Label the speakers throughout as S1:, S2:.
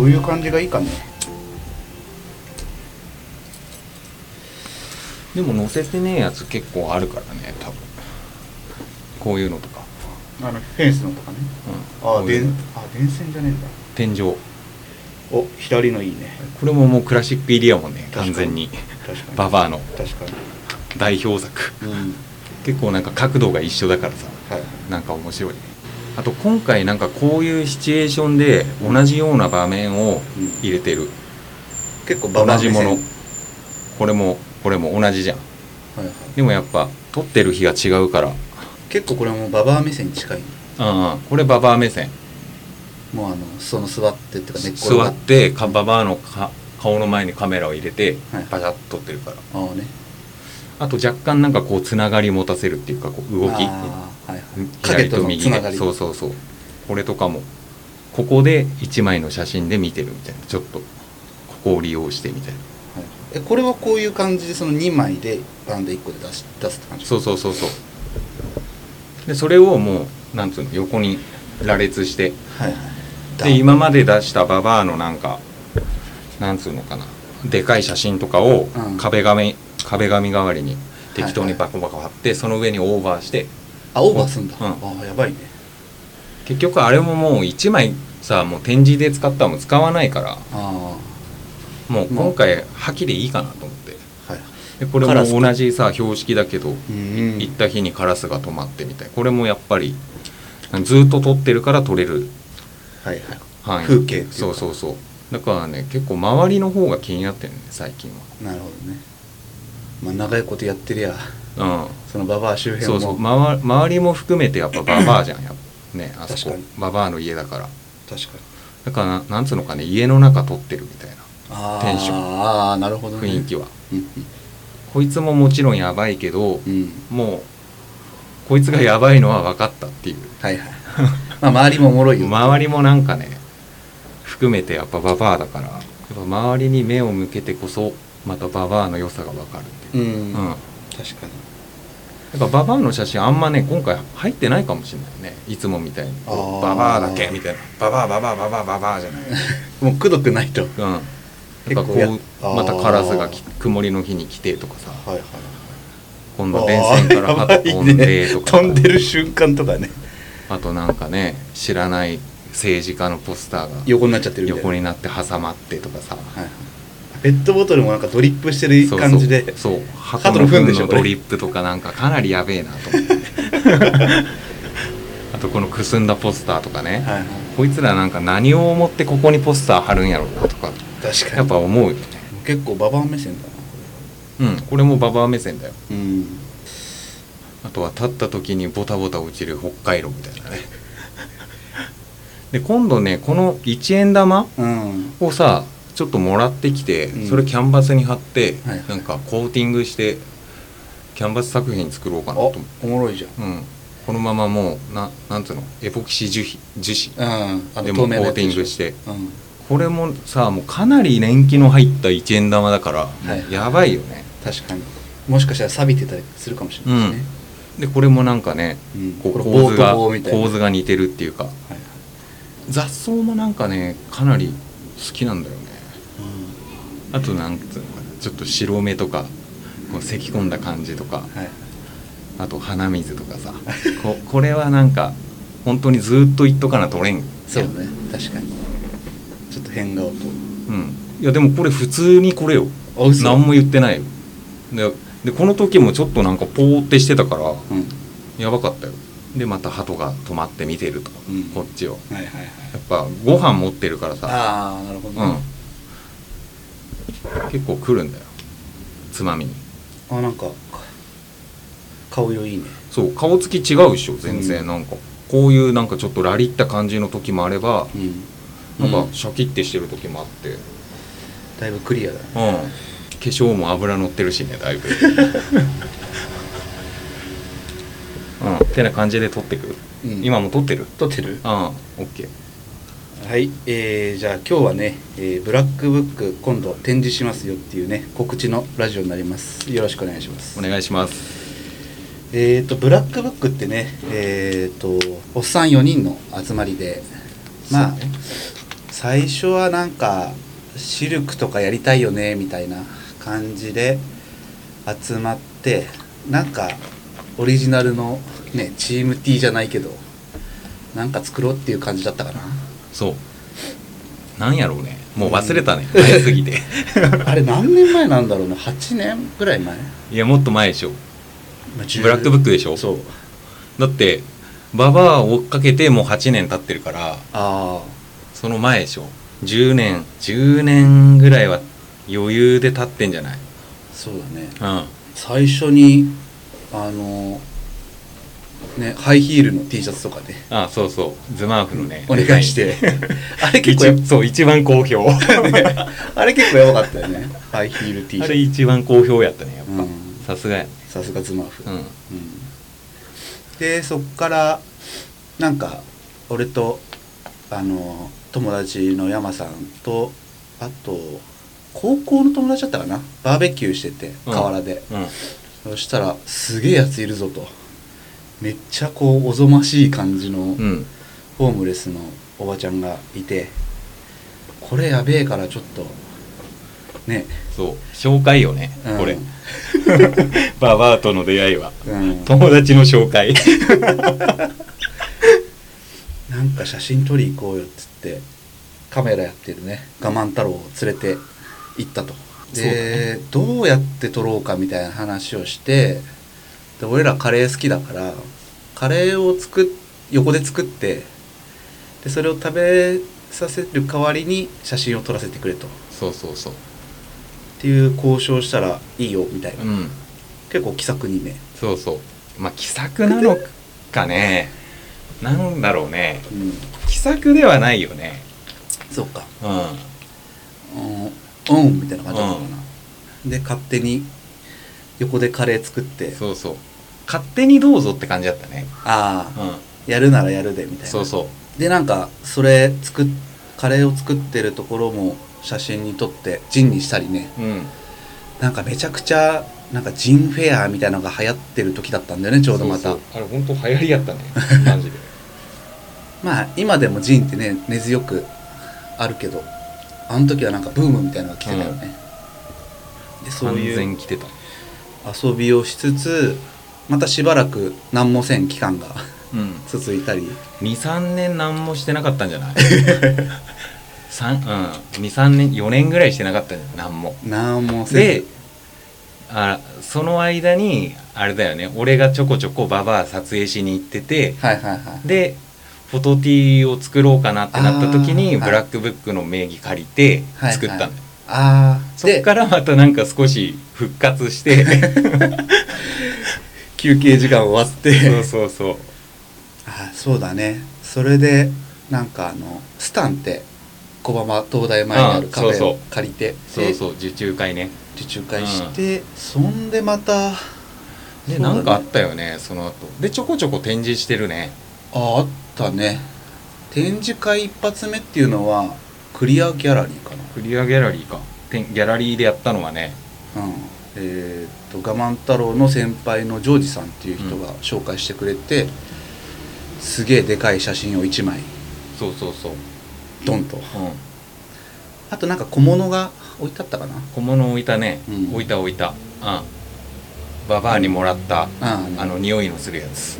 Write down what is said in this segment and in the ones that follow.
S1: ういう感じがいいかね
S2: でも載せてねえやつ結構あるからね多分こういうのとか、
S1: あのフェンスのとかね
S2: うん、
S1: あ
S2: こ
S1: あ
S2: うい
S1: で
S2: うの
S1: あ電線じゃねえんだ
S2: 天井
S1: お左のいいね
S2: これももうクラシック入りやもんね
S1: 確かに
S2: 完全に
S1: 確かに
S2: ババアの
S1: 確か
S2: 代表作
S1: にうん
S2: 結構なんか角度が一緒だからさ
S1: はい
S2: なんか面白いねあと今回なんかこういうシチュエーションで同じような場面を入れてる、
S1: 結構ババ
S2: 同
S1: ア
S2: じ
S1: 目線
S2: ものこれもこれも同じじゃん
S1: はいはい、
S2: でもやっぱ撮ってる日が違うから
S1: 結構これもババア目線に近いね
S2: うんうんこれババア目線
S1: もうあのその座ってっていうか寝っ転
S2: 座
S1: がっ
S2: っててかババアのか顔の前にカメラを入れて
S1: はい
S2: パシャッと撮ってるから
S1: ああね
S2: あと若干なんかこうつながり持たせるっていうかこう動き
S1: ああはいはい影
S2: 左
S1: と
S2: と
S1: の
S2: 右
S1: つなが
S2: で
S1: り
S2: そうそうそうこれとかもここで1枚の写真で見てるみたいなちょっとここを利用してみたいな
S1: はいえこれはこういう感じでその2枚でバンで1個で出し出すって感じ
S2: そうそうそうそうでそれをもうなんつうの横に羅列して
S1: はいはい
S2: で今まで出したババアのなんかなんつうのかなでかい写真とかを
S1: うん
S2: 壁紙、壁紙代わりに適当に
S1: はいは
S2: バコバコ貼って、その上にオーバーして
S1: あオーバーすんだ、
S2: うん
S1: ああやばいね
S2: 結局あれももう1枚さもう展示で使ったのも使わないから
S1: あ
S2: もう今回破棄でいいかなと思って
S1: あはい
S2: でこれ
S1: カ
S2: も
S1: ラス
S2: 同じさ標識だけど
S1: うん
S2: 行った日にカラスが止まってみたいこれもやっぱりずっと撮ってるから撮れる
S1: はいはい
S2: 範囲
S1: 風景っていうか
S2: そうそうそうだからね結構周りの方が気になってるね最近
S1: なるほどねまあ長いことやってりゃ
S2: はうん
S1: そのババア周辺
S2: そ
S1: も
S2: うそうまわ周りも含めてやっぱババアじゃんや っぱねあそ
S1: 確か
S2: こ
S1: に
S2: ババアの家だから
S1: 確かに
S2: だからななんつうのかね家の中撮ってるみたいな
S1: ああ
S2: テンション
S1: ああなるほどね
S2: 雰囲気は、
S1: うん
S2: こいつももちろんやばいけど、
S1: うん、うん、
S2: もうこいつがやばいのは分かったっていう
S1: はい はいまあ周りもおもろいよ、
S2: 周りもなんかね含めてやっぱババアだからやっぱ周りに目を向けてこそまたババアの良さが分かるって
S1: う
S2: いう、
S1: ん、
S2: うん、や
S1: 確かに
S2: っぱババアの写真あんまね今回入ってないかもしれないねいつもみたいに
S1: あー
S2: ババアだけみたいなババアババアババアババアじゃない
S1: もうくどくないと
S2: うん、なんかこ
S1: 結構や
S2: う
S1: あー
S2: またカラスがき曇りの日に来てとかさ
S1: はいはい
S2: 今度電線から
S1: あー
S2: 鳩飛んでとか
S1: やばいね飛んでる瞬間とかね
S2: あとなんかね知らない政治家のポスターが
S1: 横になっちゃってるみたいな
S2: 横になって挟まってとかさ
S1: はいはいペットボトルもなんかドリップしてる
S2: そうそう
S1: 感じで
S2: そう鳩
S1: 鳩
S2: の
S1: の
S2: 糞
S1: 糞で
S2: で
S1: し
S2: し
S1: ょ
S2: ょ
S1: これ
S2: ドリップとかなんかかなりやべえなと 思ってあとこのくすんだポスターとか
S1: は
S2: ね、
S1: いはい
S2: こいつらなんか何を思ってここにポスター貼るんやろうなとか
S1: 確か
S2: やっ
S1: に
S2: ぱ思うよね
S1: 結構ババア目線だな
S2: うんこれもババア目線だよ
S1: うん
S2: あとは立った時にボタボタ落ちる北海道みたい なねで今度ねこの一円玉
S1: うん
S2: をさちょっともらってきて、
S1: うん
S2: それキャンバスに貼って、
S1: はいはい
S2: なんかコーティングしてキャンバス作品作ろうか
S1: あ
S2: なと思う、
S1: おもろいじゃん
S2: うん、このままもうななんつうのエポキシ樹皮樹
S1: うん
S2: 脂
S1: あ
S2: で
S1: の透
S2: もコ
S1: 明な
S2: ー
S1: やつ
S2: ティ
S1: で
S2: ング
S1: し
S2: して
S1: ょうん
S2: これもさもうかなり年季の入った一円玉だから、
S1: はい
S2: もうやばいよね
S1: 確かにもしかしたら錆びてたりするかもしれないですね
S2: でこれもなんかね、
S1: うん
S2: こう
S1: これ
S2: 構図が
S1: 棒と棒みたいな
S2: 構図が似てるっていうか
S1: はいはい
S2: 雑草もなんかねかなり好きなんだよねあとなんつうのかなちょっと白目とかこう咳き込んだ感じとか
S1: はい
S2: あと鼻水とか さここれはなんか本当にずっと言っとかな取れん
S1: そうね確かにちょっと変顔と
S2: うんいやでもこれ普通にこれよ
S1: あ嘘
S2: 何も言ってないよででこの時もちょっとなんかポーってしてたから
S1: うん
S2: やばかったよでまた鳩が止まって見てると、
S1: うん
S2: こっちを
S1: はいはいはい
S2: やっぱご飯持ってるからさ
S1: ああなるほど
S2: うん
S1: ね
S2: 結構来るんだよつまみに
S1: あなんかか顔色いいね
S2: そう顔つき違うでしょ全然、
S1: うん
S2: なんかこういうなんかちょっとラリった感じの時もあれば
S1: うん
S2: なん
S1: う
S2: か
S1: ん
S2: シャキッてしてる時もあって、
S1: だいぶクリアだね
S2: うん、化粧も油乗ってるしねだい ぶうんってな感じで撮ってく、
S1: うん
S2: 今も撮ってる
S1: 撮ってる
S2: うんオッケー
S1: はい、えー、じゃあ今日はね、えーブラックブック今度展示しますよっていうね告知のラジオになりますよろしくお願いします
S2: お願いします
S1: えっ、とブラックブックってねえっ、とおっさん4人の集まりでまあ、最初はなんかシルクとかやりたいよねみたいな感じで集まってなんかオリジナルのねチーム T じゃないけどなんか作ろうっていう感じだったかな
S2: そうなんやろうねもう忘れたね、早すぎ て
S1: あれ何年前なんだろうな8年ぐらい前、ま
S2: いやもっと前でしょ
S1: あ10
S2: ブラックブックでしょ
S1: そう
S2: だってババアを追っかけてもう8年経ってるから
S1: あ
S2: その前でしょ10年10年ぐらいは余裕で経ってんじゃない
S1: あそうだね
S2: うん
S1: 最初にあのねハイヒールの T シャツとかね
S2: あそうそうズマーフのね
S1: お願いしてあれ
S2: デ
S1: 結
S2: ザ
S1: 構
S2: イ
S1: や
S2: ン一そう一番好評
S1: あれ結構やばかったよねハイヒール T シ
S2: あ
S1: ャ
S2: れ
S1: ツ
S2: 一番好評やったねやっぱ、
S1: うん
S2: さすがや
S1: さすがズマーフ、
S2: うん
S1: うんでそっからなんか俺とあの友達の山さんとあと高校の友達だったかなバーベキューしてて
S2: うん
S1: 河原で、
S2: うん
S1: そしたらすげえやついるぞとめっちゃこうおぞましい感じの、
S2: うん
S1: ホームレスのおばちゃんがいてこれやべえからちょっとね
S2: そう紹介よね、
S1: うん
S2: これババアとの出会いは
S1: うん
S2: 友達の紹介
S1: なんか写真撮り行こうよっつってカメラやってるね我慢太郎を連れて行ったとで、どうやって撮ろうかみたいな話をしてで俺らカレー好きだからカレーを作っ横で作ってでそれを食べさせる代わりに写真を撮らせてくれとっ
S2: そうそうそう
S1: ていう交渉をしたらいいよみたいな、
S2: うん
S1: 結構気さくにね
S2: そうそうまあ気さくなのかねなんだろうね
S1: うん
S2: 気さくではないよね
S1: そうか
S2: う
S1: うん、うん、みたいな感じだったかな、で勝手に横でカレー作って
S2: んそうそう勝手にどうぞって感じだったね
S1: ああ
S2: う
S1: やるならやるでみたい
S2: ん
S1: な
S2: そうそう
S1: でなんかそれ作っカレーを作ってるところも写真に撮ってジンにしたりね
S2: うん
S1: なんかめちゃくちゃなんかジンフェアみたいなのが流行ってる時だったんだよねちょうどまた
S2: そうそうあれ本当流行りや ったねマジで
S1: まあ今でもジンってね根強くあるけどあの時はなんかブームみたいなのが来てたよね、でそう
S2: 完
S1: いう
S2: 全来てた
S1: 遊びをしつつまたしばらく何もせん期間が
S2: うん
S1: 続いたり
S2: 23年何もしてなかったんじゃない三うん23年4年ぐらいしてなかったんじゃない何も
S1: 何もせ
S2: で
S1: ん
S2: あその間にあれだよね俺がちょこちょこババア撮影しに行ってて
S1: はいはいはい
S2: でフォトティーを作ろうかなってなった時に
S1: あー
S2: ブラックブックの名義借りて
S1: はい
S2: 作ったの、
S1: はいああ
S2: そっからまたなんか少し復活して
S1: 休憩時間終わって
S2: そうそうそう
S1: あーそうだねそれでなんかあのスタンって小浜東大前にあるカフ
S2: あー
S1: ェ
S2: そう
S1: を
S2: そう
S1: 借りて
S2: そうそう受注会ね
S1: で受注会して、そんでまたそ
S2: で、
S1: うだね
S2: なんかあったよねその後でちょこちょこ展示してるね
S1: あーあったね展示会一発目っていうのはクリアギャラリーかな
S2: クリアギャラリーかてんギャラリーでやったのはね
S1: うんえーっと我慢太郎の先輩のジョージさんっていう人が紹介してくれて、すげえでかい写真を1枚
S2: そうそうそう、うん、
S1: ドンとあとなんか小物が置いてあったかな
S2: 小物置いたね、
S1: うん
S2: 置いた置いたうんババアにもらった
S1: あ
S2: あの匂いのするやつ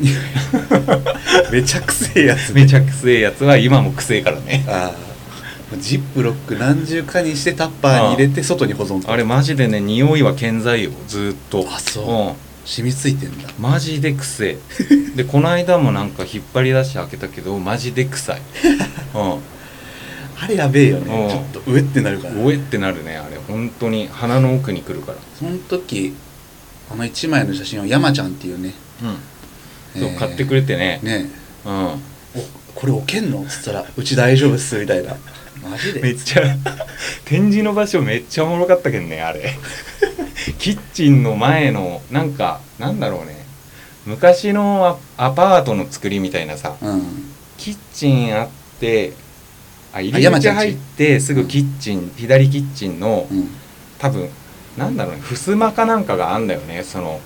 S1: めちゃくせえやつ
S2: めちゃくせえやつは今もくせえからね
S1: ああジップロック何重かにしてタッパーに入れて外に保存
S2: あれマジでね匂いは健在よずーっと
S1: あそ染みついてんだ
S2: うんマジで 臭いでこの間もなんか引っ張り出して開けたけどマジで 臭い
S1: あれやべえよ
S2: う
S1: ね
S2: ん
S1: ちょっと上ってなるから
S2: うんおえってなるねあれ本当に鼻の奥に来るから
S1: その時あの1枚の写真を山ちゃんっていうね
S2: うんそう
S1: えー
S2: 買ってくれてね
S1: ね
S2: うん
S1: おこれ置けんのっつったら「うち大丈夫っす」みたいなマジで
S2: めっちゃ 展示の場所めっちゃおもろかったけんね あれキッチンの前のなんかなんだろうね昔のアアパートの作りみたいなさ
S1: うん
S2: キッチンあってあ入り
S1: 山ち
S2: 口
S1: ゃんち
S2: 入ってすぐキッチン、左キッチンの
S1: うん
S2: 多分なんだろうね襖かなんかがあんだよねその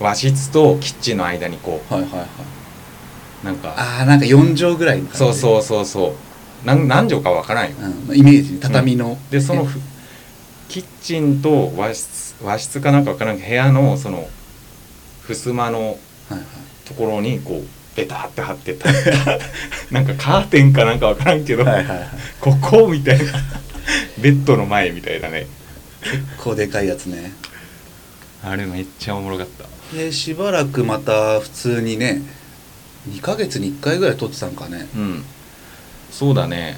S2: 和室とキッチンの間にこ
S1: はいはいはいう
S2: なんか
S1: ああなんか4畳ぐらいの感じ
S2: そうそうそうそう何何畳かわからんよ
S1: うんまあ、イメージね畳の、
S2: でそのふキッチンと和室和室かなんかわからんけど部屋のその襖の
S1: はいはい、
S2: ところにこうベタって貼ってた なんかカーテンかなんかわからんけど、
S1: はいはいはい
S2: ここみたいなベッドの前みたいなね
S1: こうでかいやつね
S2: あれめっちゃおもろかった
S1: でしばらくまた普通にね2ヶ月に1回ぐらい撮ってたんかね
S2: うんそうだね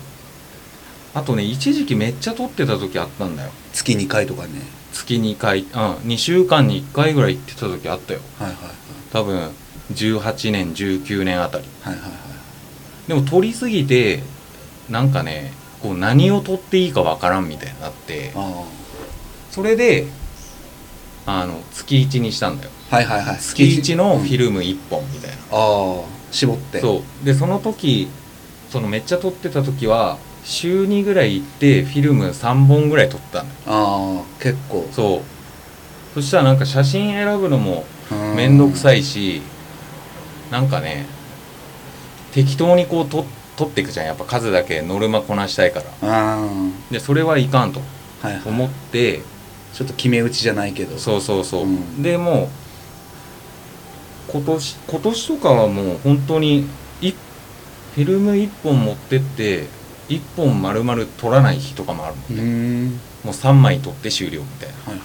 S2: あとね一時期めっちゃ撮ってた時あったんだよ
S1: 月2回とかね
S2: 月2回うん2週間に1回ぐらい行ってた時あったよ
S1: はいはい
S2: 多分18年19年あたり
S1: はいはいはいはい
S2: でも撮りすぎてなんかねこう何を撮っていいかわからんみたいになって
S1: あ
S2: それであの月1にしたんだよ
S1: あはいはいはい
S2: 月1のフィ
S1: ル、
S2: ルム1本みたい
S1: あ
S2: な、
S1: あ絞って
S2: そうでその時そのめっちゃ撮ってた時は週2ぐらい行ってフィルム3本ぐらい撮ったのよ
S1: ああ結構
S2: そうそしたらなんか写真選ぶのも
S1: うん
S2: 面倒くさいしなんかね適当にこう撮撮っていくじゃんやっぱ数だけノルマこなしたいから
S1: あ
S2: でそれはいかんと
S1: あはいはい
S2: 思って
S1: ちょっと決め打ちじゃないけど
S2: そうそうそう、
S1: うん
S2: でもう今年今年とかはもう本当にいフィルム1本持ってって1本丸々撮らない日とかもあるもん
S1: う
S2: ね、
S1: ーん
S2: もう3枚撮って終了みたいな
S1: はいはいは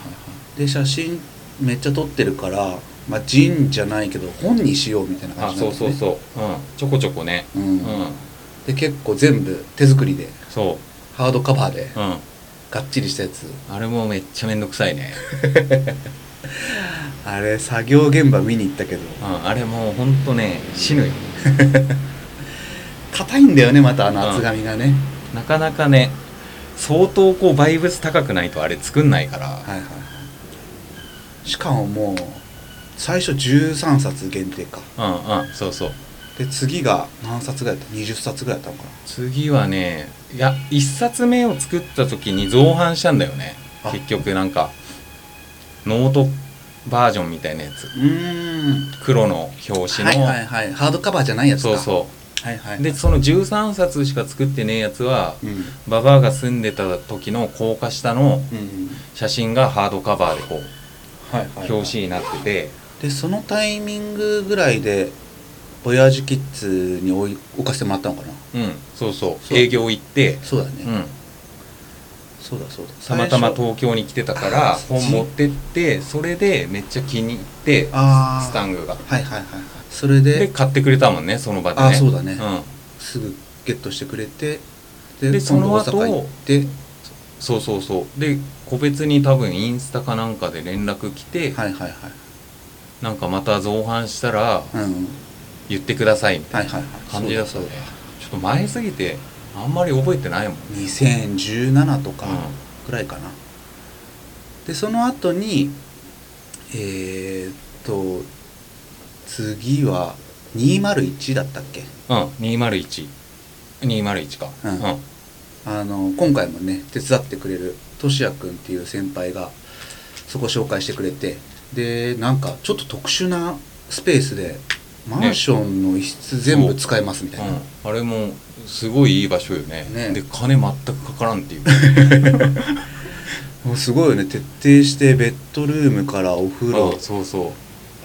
S1: いで写真めっちゃ撮ってるからまあ人じゃないけど本にしようみたいな
S2: あ
S1: 感じ
S2: そうそう
S1: う
S2: そう、うん、ちょこちょこね
S1: そう、
S2: うん
S1: んで結構全部手作りで
S2: そ
S1: ハードカバーで
S2: ううん
S1: がっちりしたやつ
S2: あれもめっちゃめんどくさいね、
S1: あれ作業現場見に行ったけど
S2: うん、あれもうほんとね死ぬよ
S1: 硬いんだよねまたあの厚紙がね、
S2: なかなかね相当こうバイブス高くないとあれ作んないから、
S1: はいはいはいしかももう最初13冊限定か
S2: うんうんそうそう
S1: で次が何冊ぐらいだった20冊ぐらいだったのか
S2: 次はねいや1冊目を作った時に造反したんだよね
S1: あ
S2: 結局なんかノートバージョンみたいなやつ
S1: なうーん
S2: 黒の表
S1: は
S2: 紙
S1: い
S2: の、
S1: はいはいハードカバーじゃないやつか
S2: そうそう
S1: はいはい
S2: でその13冊しか作ってねえやつは
S1: うん
S2: ババアが住んでた時の高架下の
S1: うん
S2: 写真がハードカバーでこう
S1: はいはいはい
S2: 表紙になってて、
S1: でそのタイミングぐらいでボヤージキッズに置い置かせてもらったのかな
S2: うんそうそう
S1: そう
S2: 営業行って、
S1: そうだね、
S2: うん、
S1: そうだそうだ
S2: たまたま
S1: 最初
S2: 東京に来てたから
S1: あー
S2: 本持ってってそれでめっちゃ気に入って
S1: あー
S2: スタングが
S1: はいはいはいはいそれ
S2: で
S1: で
S2: 買ってくれたもんねその場でね
S1: あそうだね
S2: ん、
S1: すぐゲットしてくれて
S2: で
S1: 今度
S2: その後
S1: 大阪行って
S2: そうそうそうで個別に多分インスタかなんかで連絡来て、
S1: はいはいはい
S2: なんかまた造反したら
S1: うん
S2: 言ってくださいみた
S1: はいいはいはい
S2: な感じだった
S1: そ
S2: ね
S1: うだ
S2: ちょっと前すぎてあんまり覚えてないもん、う
S1: 2017とか
S2: ん、
S1: ぐらいかな、でその後にえー、っと次は201だったっけ
S2: うん、201201か、
S1: うん
S2: うん
S1: あの今回もね手伝ってくれるとしやくんっていう先輩がそこ紹介してくれてでなんかちょっと特殊なスペースでマンションの一室全部使えますみたいな、
S2: うん、あれもすごいいい場所よね
S1: ね
S2: で金全くかからんって いう
S1: もうすごいよね徹底してベッドルームからお風呂
S2: うんそうそ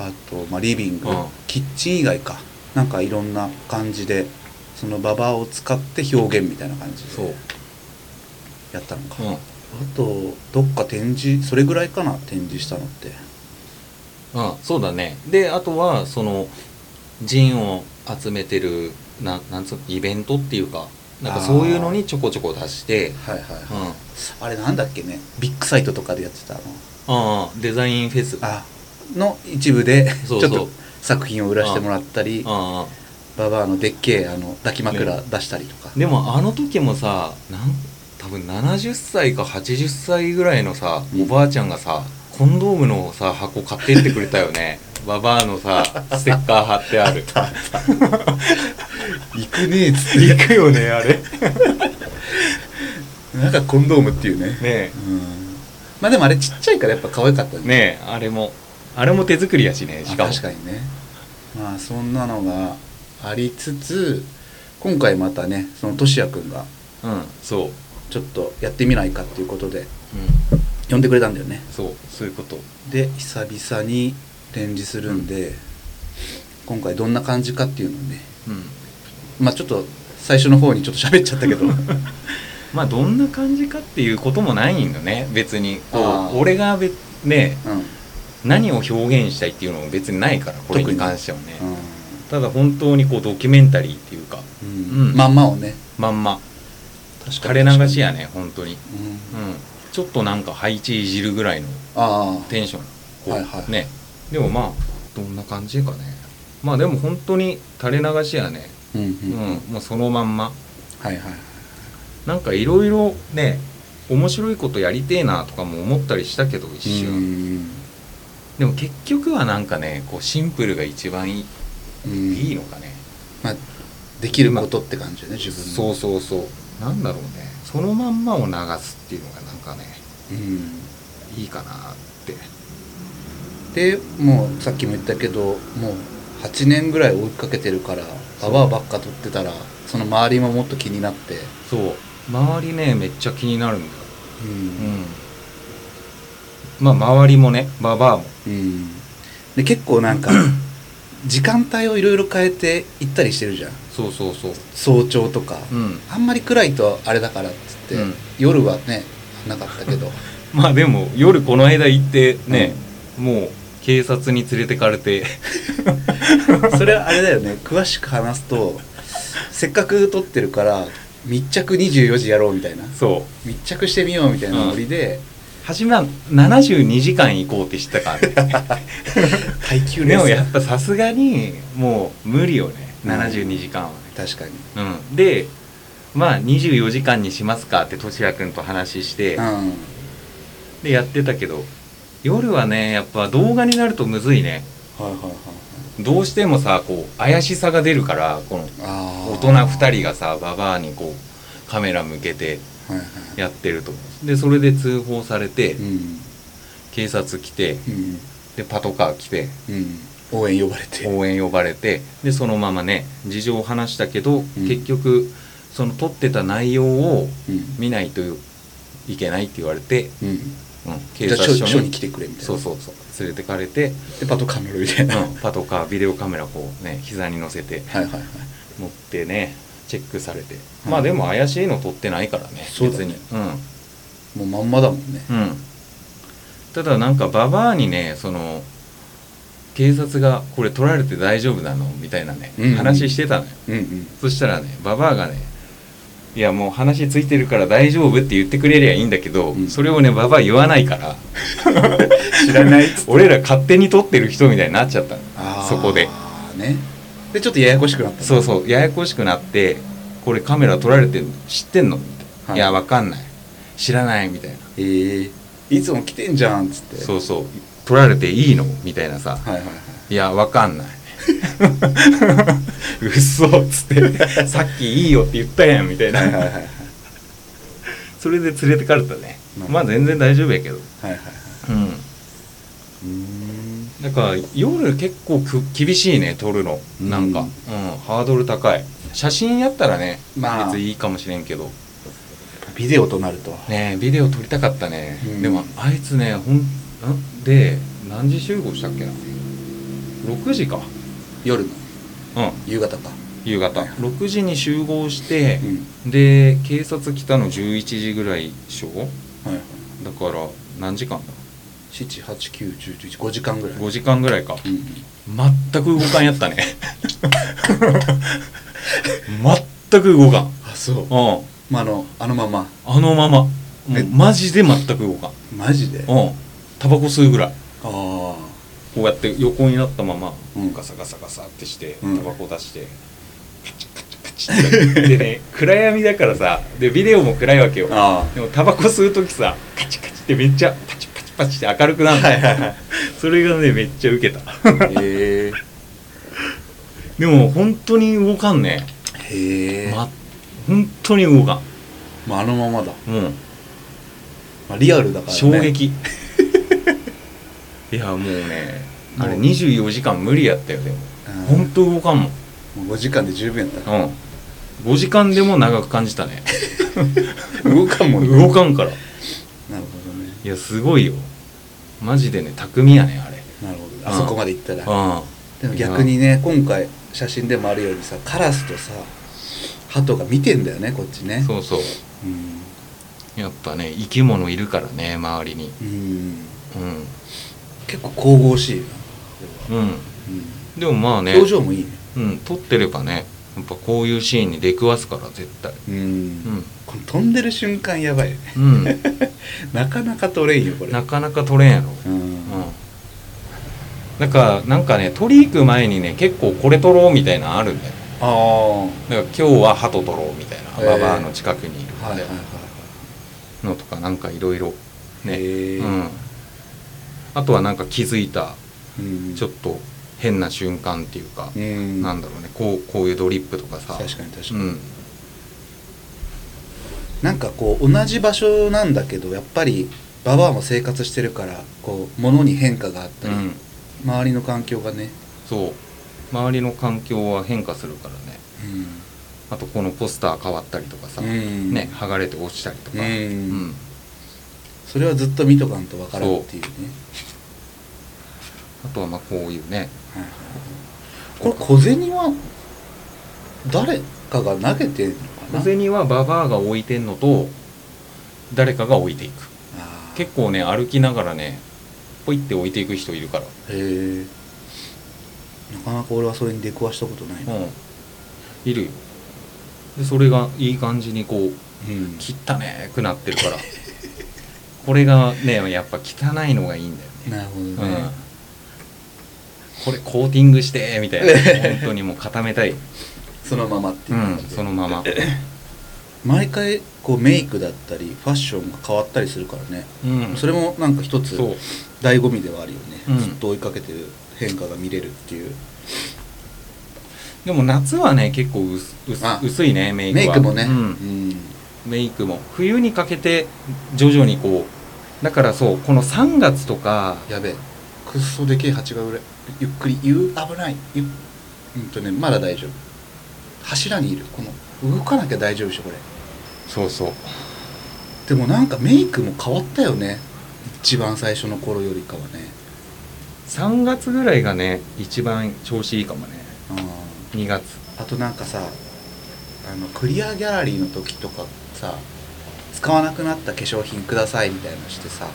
S2: う
S1: あと、まあ、リビング、
S2: うん
S1: キッチン以外かなんかいろんな感じでそのババアを使って表現みたいな感じ
S2: そう
S1: で、やったのか、あ
S2: う
S1: とどっか展示それぐらいかな展示したのって
S2: んうん、そうだねであとはそのジンを集めてるななんつうのイベントっていうかなんかそういうのにちょこちょこ出して、
S1: はいはい、はい
S2: うん
S1: あれなんだっけねビッグサイトとかでやってたあの
S2: ああデザインフェスあ
S1: あの一部で
S2: そう
S1: ち
S2: そ
S1: ょ
S2: う
S1: っと作品を売らせてもらったり
S2: あ
S1: ババアのでっけえあの抱き枕出したりとか、
S2: でもあの時もさなん多分70歳か80歳ぐらいのさ
S1: うん
S2: おばあちゃんがさコンドームのさ箱買ってってくれたよ ねババアのさステッカー貼って ある
S1: 行くねえっつ
S2: 行くよねあれ
S1: っ
S2: ね
S1: てなんかコンドームっていうね
S2: え
S1: うんまあでもあれちっちゃいからやっぱ可愛かったよね
S2: ねえあれもあれも手作りやしね
S1: あ
S2: しかも
S1: 確かにねまあそんなのがありつつ今回またねそのとしやくんが
S2: うんそう、うん、
S1: ちょっとやってみないかっていうことで呼んでくれたんだよね
S2: そうそういうこと
S1: で久々に展示するんで、今回どんな感じかっていうのをね
S2: うん
S1: まあちょっと最初の方にちょっと喋っちゃったけ ど
S2: まあどんな感じかっていうこともないんだね別に
S1: あ
S2: こ
S1: ー
S2: う俺がべね
S1: うん
S2: 何を表現したいっていうのも別にないからこれ
S1: 特
S2: に
S1: に
S2: 関してはね、ただ本当にこうドキュメンタリーっていうか
S1: うん
S2: うん
S1: まんまをね
S2: まんま
S1: 確
S2: 垂れ流しやね本当に
S1: うん
S2: うんちょっとなんか配置いじるぐらいの
S1: ああ
S2: テンションこう
S1: はいはい
S2: ねでもまあどんな感じかねまあでも本当に垂れ流しやね、
S1: うんう
S2: うん
S1: ん
S2: もうそのまんま
S1: はいはい
S2: なんかいろいろね面白いことやりてえなとかも思ったりしたけど一
S1: う
S2: 瞬、
S1: ん
S2: でも結局はなんかねこうシンプルが一番いい,、
S1: うん
S2: いいのかね
S1: まあできることって感じだね自分の
S2: そうそうそうなんだろうねそのまんまを流すっていうのがなんかね
S1: うん
S2: いいかなって
S1: でもうさっきも言ったけどもう8年ぐらい追いかけてるからアワーばっか取ってたらその周りももっと気になって、
S2: そう周りねめっちゃ気になるんだよ
S1: うん
S2: うんまあ周りもねババアも
S1: うん、で結構なん か時間帯をいろいろ変えて行ったりしてるじゃん
S2: そうそうそう
S1: 早朝とか、
S2: うん
S1: あんまり暗いとあれだからっつって、
S2: うん
S1: 夜はねなかったけど
S2: まあでも夜この間行ってね、もう警察に連れてかれて
S1: それはあれだよね詳しく話すとせっかく撮ってるから密着24時やろうみたいな
S2: そう
S1: 密着してみようみたいなノリで、
S2: 初めは72時間行こうって知ったからね
S1: 耐久レ
S2: で
S1: ー
S2: も
S1: ス
S2: やっぱさすがにもう無理よね
S1: うん
S2: 72時間はね、
S1: 確かに
S2: うん、でまあ24時間にしますかってとしやくんと話して、
S1: うん
S2: でやってたけど夜はねやっぱ動画になるとむずいね
S1: はいはいはいはい
S2: どうしてもさこう怪しさが出るからこの
S1: あ
S2: 大
S1: ー
S2: 人2人がさババアにこうカメラ向けて
S1: はいは
S2: やってるとでそれで通報されて、
S1: いうん
S2: 警察来て
S1: うん
S2: でパトカー来て
S1: うん応援呼ばれて
S2: 応援呼ばれてでそのままね事情を話したけど、
S1: ん
S2: 結局その撮ってた内容を
S1: うん
S2: 見ないといけないって言われて、
S1: うん
S2: うん、警
S1: じゃあ
S2: 察
S1: 署
S2: 署
S1: 署に
S2: に
S1: 来てくれみたいな
S2: そうそうそう連れてかれ て、
S1: でパトカメラみたいな、
S2: うんパトカービデオカメラこうね膝に乗せて
S1: はいはいはい
S2: 持ってねチェックされて、
S1: うん
S2: まあでも怪しいの撮ってないからね
S1: そうだ
S2: 別
S1: ね
S2: にうん
S1: もうまんまだもんね
S2: うん、ただなんかババアにねその警察がこれ取られて大丈夫なのみたいなね、
S1: うん
S2: 話してたのよ
S1: うんうん
S2: そしたらねババアがねいやもう話ついてるから大丈夫って言ってくれりゃいいんだけど、
S1: うん
S2: それをねババア言わないから
S1: 知らないっつ
S2: 俺ら勝手に取ってる人みたいになっちゃったの
S1: あー
S2: そこで
S1: ねでちょっとややこしくなった
S2: そううそうややこしくなってこれカメラ取られてるの知ってんのみたいな、
S1: はい
S2: い、やわかんない知らないみたいな
S1: ええいつも来てんじゃんっつって
S2: そうそう取られていいのみたいなさ、
S1: はいはいはい
S2: いや、わかん ない。嘘っつって、さっきいいよって言ったやんみたい
S1: はいはい
S2: な。
S1: はいはい
S2: それで連れてかれたね
S1: なるほ。ど
S2: まあ全然大丈夫やけど。
S1: はいはいはい
S2: うん。
S1: うーん
S2: だから夜結構く厳しいね、撮るの。なんか、
S1: う
S2: うんん、ハードル高い。写真やったらね、
S1: まあ
S2: 別にいいかもしれんけど。
S1: ビデオとなると
S2: ねえビデオ撮りたかったね。
S1: うん
S2: でもあいつね、ほん、んで、何時集合したっけな ?6 時か。
S1: 夜の
S2: うん、
S1: 夕方か
S2: 夕方。6時に集合して、
S1: うん
S2: で警察来たの11時ぐらいでしょ
S1: はいはい
S2: だから何時間だ
S1: 7891015時間ぐらい
S2: 5時間ぐらいか
S1: うんうん
S2: 全く動かんやっ たね全く動かんうん
S1: あそうまああのあのまま
S2: あのままも
S1: え
S2: うマジで全く動かん
S1: マジであ
S2: うんタバコ吸うぐらい
S1: あ
S2: こうやって横になったまま、
S1: うん
S2: ガサガサガサってして
S1: うん
S2: タバコ出して、カチッカチッカチッってやってでね 暗闇だからさでビデオも暗いわけよ
S1: あ
S2: でもタバコ吸う時さカチカチってめっちゃパチパチパチって明るくなるの、
S1: はいはいはい
S2: それがねめっちゃウケた
S1: へえ
S2: でも本当に動かんね、
S1: へえ、
S2: ま、本当に動か
S1: まあ、あのままだ、
S2: んもう
S1: まあ、リアルだからね
S2: 衝撃 いやもうねあれ
S1: もう
S2: 24時間無理やったよでも
S1: うん
S2: 本当動かんもん
S1: もう5時間で十分やった
S2: うん5時間でも長く感じたね
S1: 動かんもんね
S2: 動かんから
S1: なるほどね
S2: いやすごいよマジでね巧みやねあれ
S1: なるほどあそこまで行ったら
S2: あ
S1: でも逆にね今回写真でもあるようにさカラスとさ鳩が見てんだよねこっちね
S2: そうそう
S1: うん
S2: やっぱね生き物いるからね周りに
S1: うん
S2: うん
S1: 結構神々しいなこれは
S2: うん
S1: うん
S2: でもまあね
S1: 表情もいいね
S2: うん撮ってればねやっぱこういうシーンに出くわすから絶対
S1: うん、
S2: うん
S1: この飛んでる瞬間やばいよね
S2: う
S1: なかなか撮れんよこ
S2: ん
S1: れ
S2: なかなか撮れんやろ
S1: うん、
S2: うんだからなんかね取り行く前にね結構これ撮ろうみたいなのあるんだよ
S1: ああは
S2: だから今日は鳩撮ろうみたいな
S1: へー
S2: ババアの近くにいる
S1: いはいはいは
S2: のとかなんかいろいろ
S1: い
S2: ね
S1: へえ
S2: うんあとはなんか気づいた
S1: うん
S2: ちょっと変な瞬間っていうか
S1: う、ん
S2: なんだろうねこうこういうドリップとかさ
S1: 確かに確か
S2: う
S1: に、
S2: ん
S1: なんかこう同じ場所なんだけどやっぱりババアも生活してるからこう物に変化があった
S2: う
S1: り、
S2: ん
S1: 周りの環境がね、
S2: そう周りの環境は変化するからねあとこのポスター変わったりとかさ、
S1: うん
S2: ね剥がれて落ちたりとか、
S1: うん
S2: うん
S1: それはずっと見とかんとわからんっていうね
S2: あとはまあこういうね
S1: はいはいはいこれ小銭は誰かが投げてんのか
S2: 小
S1: な
S2: 銭はババアが置いてんのと誰かが置いていく
S1: あー
S2: 結構ね歩きながらねポイって置いていく人いるから
S1: へえなかなか俺はそれに出くわしたことないな
S2: うんいるよでそれがいい感じにこう
S1: うん
S2: 切ったねーくなってるから これがねやっぱ汚いのがいいんだよね
S1: なるほど
S2: うん
S1: ね、
S2: これコーティングしてーみたい な本当にもう固めたい、
S1: そのままって
S2: う
S1: いうん感、じで
S2: そのまま
S1: 毎回こうメイクだったりファッションが変わったりするからね、
S2: うん
S1: それもなんか一つ
S2: そう
S1: 醍醐味ではあるよね、
S2: うん
S1: ずっと追いかけてる変化が見れるっていう
S2: でも夏はね結構薄薄
S1: あ
S2: 薄いねメイクは
S1: メイクもね、
S2: うんメイクも冬にかけて徐々にこうだからそうこの3月とか
S1: やべえくっそでけえ蜂がうれゆっくりゆう危ないゆうんとねまだ大丈夫柱にいるこの動かなきゃ大丈夫でしょこれ
S2: そうそう
S1: でもなんかメイクも変わったよね一番最初の頃よりかはね
S2: 3月ぐらいがね一番調子いいかもね
S1: あ
S2: 2月
S1: あとなんかさあのクリアギャラリーの時とかさ使わなくなった化粧品くださいみたいなのしてさ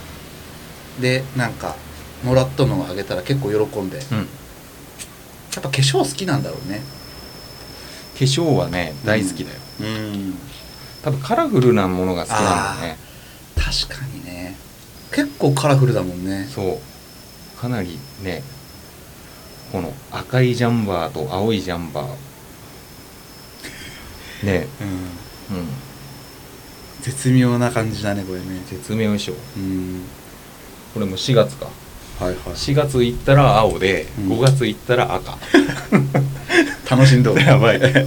S1: でなんかもらったのをあげたら結構喜んでやっ
S2: うん
S1: ぱ化粧好きなんだろうね
S2: 化粧はね大好きだよ、
S1: うん
S2: 多分カラフルなものが好きなんだよね
S1: 確かにね結構カラフルだもんね
S2: そうかなりねこの赤いジャンバーと青いジャンバーね
S1: うん
S2: うん
S1: 絶妙な感じだねこれね
S2: 絶妙でしょ
S1: うん
S2: これも4月か
S1: はいは
S2: 4月行ったら青で、
S1: うん
S2: 5月行ったら赤
S1: 楽しんどる
S2: やばい
S1: だいぶ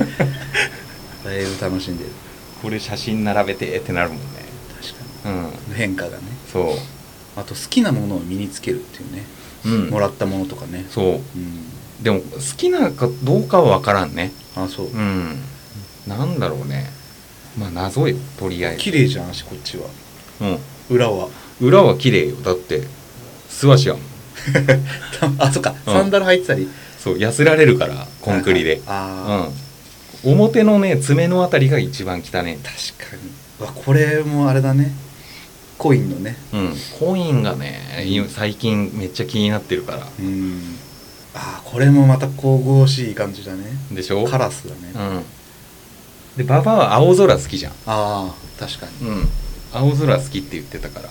S1: 楽しんでる
S2: これ写真並べてってなるもんね
S1: 確か
S2: うん
S1: に変化がね
S2: そ
S1: あと好きなものを身につけるっていうね、
S2: う、うん、
S1: もらったものとかね
S2: そう
S1: うん
S2: でも好きなかどうかは分からんね
S1: あそう、
S2: うんなんだろうねまあ謎よとりあえず
S1: 綺麗じゃん足こっちは
S2: うん
S1: 裏は
S2: 裏は綺麗よだって素足やもん
S1: あそっか、
S2: うん
S1: サンダル履いてたり
S2: そうやすられるからコンクリで、
S1: ああ、
S2: うん表のね爪のあたりが一番汚ね
S1: 確かにうわこれもあれだねコインのね
S2: うんコインがねい最近めっちゃ気になってるから
S1: うんああこれもまた神々しい感じだね
S2: でしょ
S1: カラスだね、あ
S2: うんでババアは青空好きじゃん
S1: あ確かに
S2: うん青空好きって言ってたから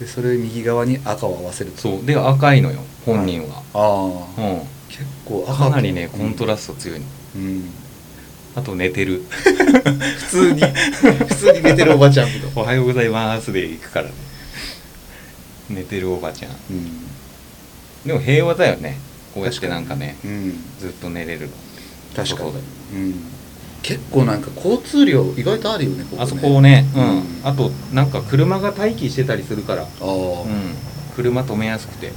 S1: でそれを右側に赤を合わせると
S2: そうで赤いのよ本人は、
S1: ああ
S2: う
S1: 結構
S2: ん
S1: 赤
S2: かなりねコントラ
S1: ス
S2: スト強いの
S1: ト、うん
S2: あと寝て る
S1: 普通に普通に寝てるおばちゃんみたいな
S2: おはようございますで行くからね寝てるおばちゃん
S1: うん
S2: でも平和だよねこうやってなんかね
S1: うん
S2: ずっと寝れるの
S1: 確か
S2: そう
S1: に
S2: だよ
S1: うん結構なんか交通量意外とあるよねここね
S2: あそこをね、うん
S1: うん
S2: あとなんか車が待機してたりするから、
S1: ああ、
S2: う
S1: はい
S2: ん、車止めやすくて、
S1: はい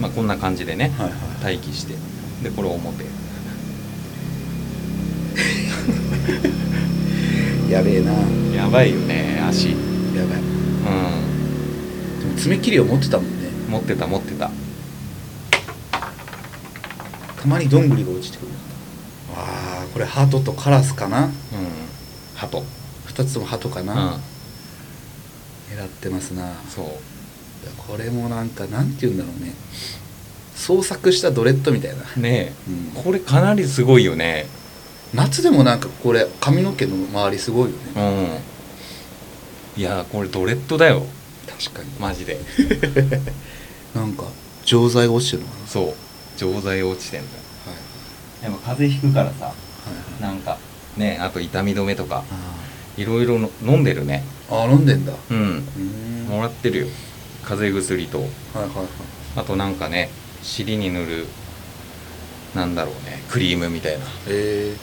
S2: まあ、こんな感じでね、
S1: はいはい
S2: 待機してでこれ表
S1: やべえな
S2: やばいよね足うん
S1: やばいでも爪切りを持ってたもんね
S2: 持ってた持ってた
S1: たまにどんぐりが落ちてくるあーこれハトとカラスかな
S2: うん鳩
S1: 2つともハトか
S2: う
S1: な、
S2: ん
S1: 狙ってますな
S2: そう
S1: これもなんかなんて言うんだろうね捜索したドレッドみたい な、
S2: ね
S1: うん
S2: えこれかなりすごいよね
S1: 夏でもなんかこれ髪の毛の周りすごいよね
S2: うんいやこれドレッドだよ
S1: 確かに
S2: マジで
S1: なんか錠剤が落ちてるのかな
S2: そう錠剤落ちてんだ
S1: はい
S2: やっぱ風邪ひくからさ
S1: はいはい
S2: なんかねあと痛み止めとか
S1: あ
S2: いろいろの飲んでるね
S1: ーあー飲んでんだう
S2: うん
S1: ーん
S2: も
S1: はい
S2: らってるよ風邪薬と
S1: はいはい
S2: あとなんかね尻に塗るなんだろうねクリームみたいなうん
S1: え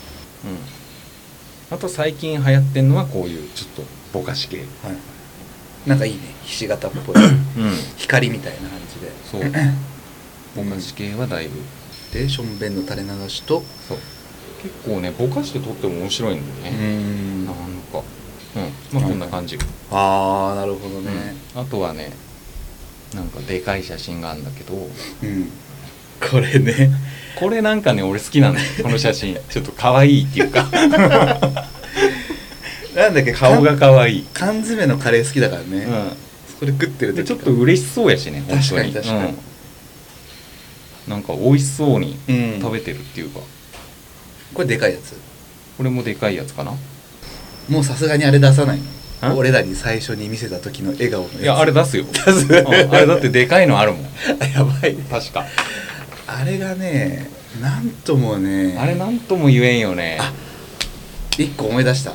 S2: あと最近流行ってんのはこういうちょっとぼかし系うん
S1: ー、はいなんかいいねひし形っ ぽい光みたいな感じで
S2: そうぼかし系はだいぶ
S1: でしょんべんの垂れ流しと
S2: そう結構ねぼかして撮っても面白いんだ
S1: う
S2: よね、
S1: ん
S2: なんかうんまあこんな感じ、
S1: ああなるほどね
S2: うんあとはねなんかでかい写真があるんだけど
S1: うん、これね
S2: これなんかね俺好きなんだよこの写 真ちょっと可愛いっていうか
S1: なんだっけ
S2: 顔が可愛い、
S1: 缶詰のカレー好きだからね、
S2: う
S1: そこで食ってる
S2: ん、で
S1: 時
S2: ちょっと嬉しそうやしね本
S1: 確
S2: 当
S1: か
S2: に
S1: に確かに
S2: うん、なんか美味しそうに
S1: うん
S2: 食べてるっていうか、
S1: これでかいやつ
S2: これもでかいやつかな
S1: もうさすがにあれ出さないの
S2: ん
S1: 俺らに最初に見せた時の笑顔のやつ
S2: いやあれ 出すよ
S1: 出す、
S2: うんあれだってでかいのあるもん
S1: あやばいね
S2: 確か
S1: あれがねなんともね
S2: あれなんとも言えんよね
S1: あ一個思い出した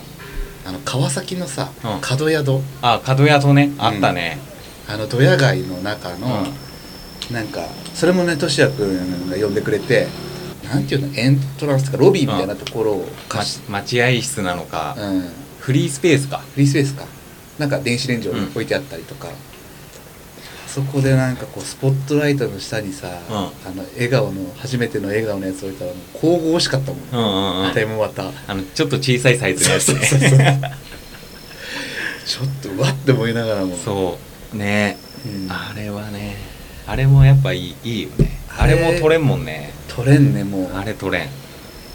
S1: あの川崎のさ、
S2: うん
S1: 角宿
S2: あ角屋とねあったね、
S1: あのドヤ街の中
S2: う
S1: の、なんかそれもねとしやくんが呼んでくれてなんていうのエントランスとかロビーみたいなところを
S2: ま
S1: 貸し、
S2: 待合室なのか、
S1: うん、フ
S2: フリースペースか
S1: リースペースかなんか電子レンジを置いてあったりとか、そこでなんかこうスポットライトの下にさ、
S2: うん
S1: あの笑顔の初めての笑顔のやつ置いたらもう神々しかったもん、
S2: うんうんうん
S1: あれもまた
S2: あのちょっと小さいサイズのやつね
S1: そうそうそう ちょっとうわって思いながらも
S2: そうね
S1: うん
S2: あれはねあれもやっぱいいいいよねあ
S1: あれ
S2: れも取れんもんね
S1: 撮れんねもう
S2: あれ取れん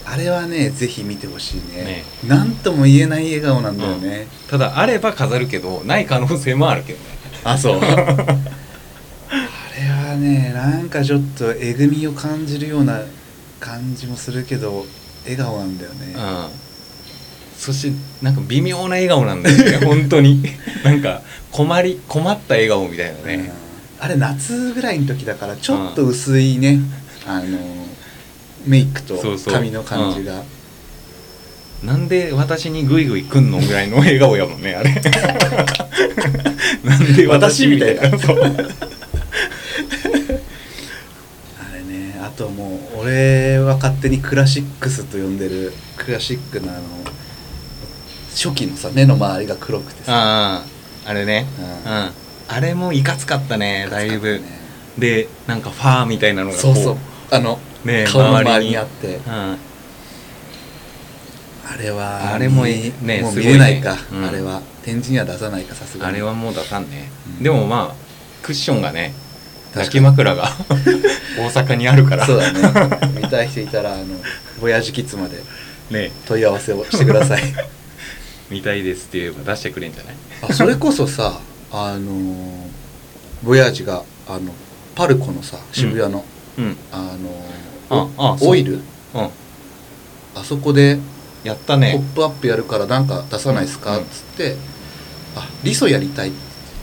S1: あれはねぜひ見てほしいね
S2: ね
S1: なんとも言えない笑顔なんだよね、
S2: ただあれば飾るけどない可能性もあるけどね
S1: あ そうあれはねなんかちょっとえぐみを感じるような感じもするけど笑顔なんだよね、
S2: うんそしてなんか微妙な笑顔なんだよ ね本当になんか困り困った笑顔みたいな
S1: うん
S2: ね
S1: あれ夏ぐらいの時だからちょっと薄いね、あのメイクと
S2: そうそう
S1: 髪の感じが
S2: なんで私にグイグイ来んのぐらいの笑顔やもんね あれなんで私みたいな
S1: 私
S2: そう
S1: あれねあともう俺は勝手にクラシックスと呼んでるクラシックなあの初期のさ目の周りが黒くてさ
S2: あああれね
S1: う
S2: うんん、あれもいかつかったねだいぶ、
S1: ね
S2: でなんかファーみたいなのがこ
S1: そうそうあの
S2: ねえ
S1: 顔の周り
S2: 周り
S1: に
S2: に
S1: あって
S2: うん、
S1: あれは
S2: あれも
S1: 見
S2: ね
S1: もう
S2: すご
S1: 見
S2: い
S1: れ
S2: ね
S1: ないか
S2: うん
S1: あれは展示には出さないかさすが
S2: あ
S1: に
S2: れはもう出さんね、
S1: うん
S2: でもまあクッションがね抱
S1: 確
S2: き
S1: かに
S2: 枕が 大阪にあるから
S1: そうだね見たい人いたらあのボヤージキッズまで
S2: ね
S1: 問い合わせをしてく ださい
S2: 見たいですって言えば出してくれんじゃない
S1: あそれこそさあのーボヤージがあのパルコのさ渋谷の、
S2: うん
S1: あ
S2: あ
S1: の
S2: あそう
S1: オイル
S2: うん
S1: あそこで
S2: やった
S1: 「ポ
S2: ね
S1: ップアップやるからなんか出さないですか?」
S2: う
S1: っ
S2: ん
S1: つって「あリソやりたい」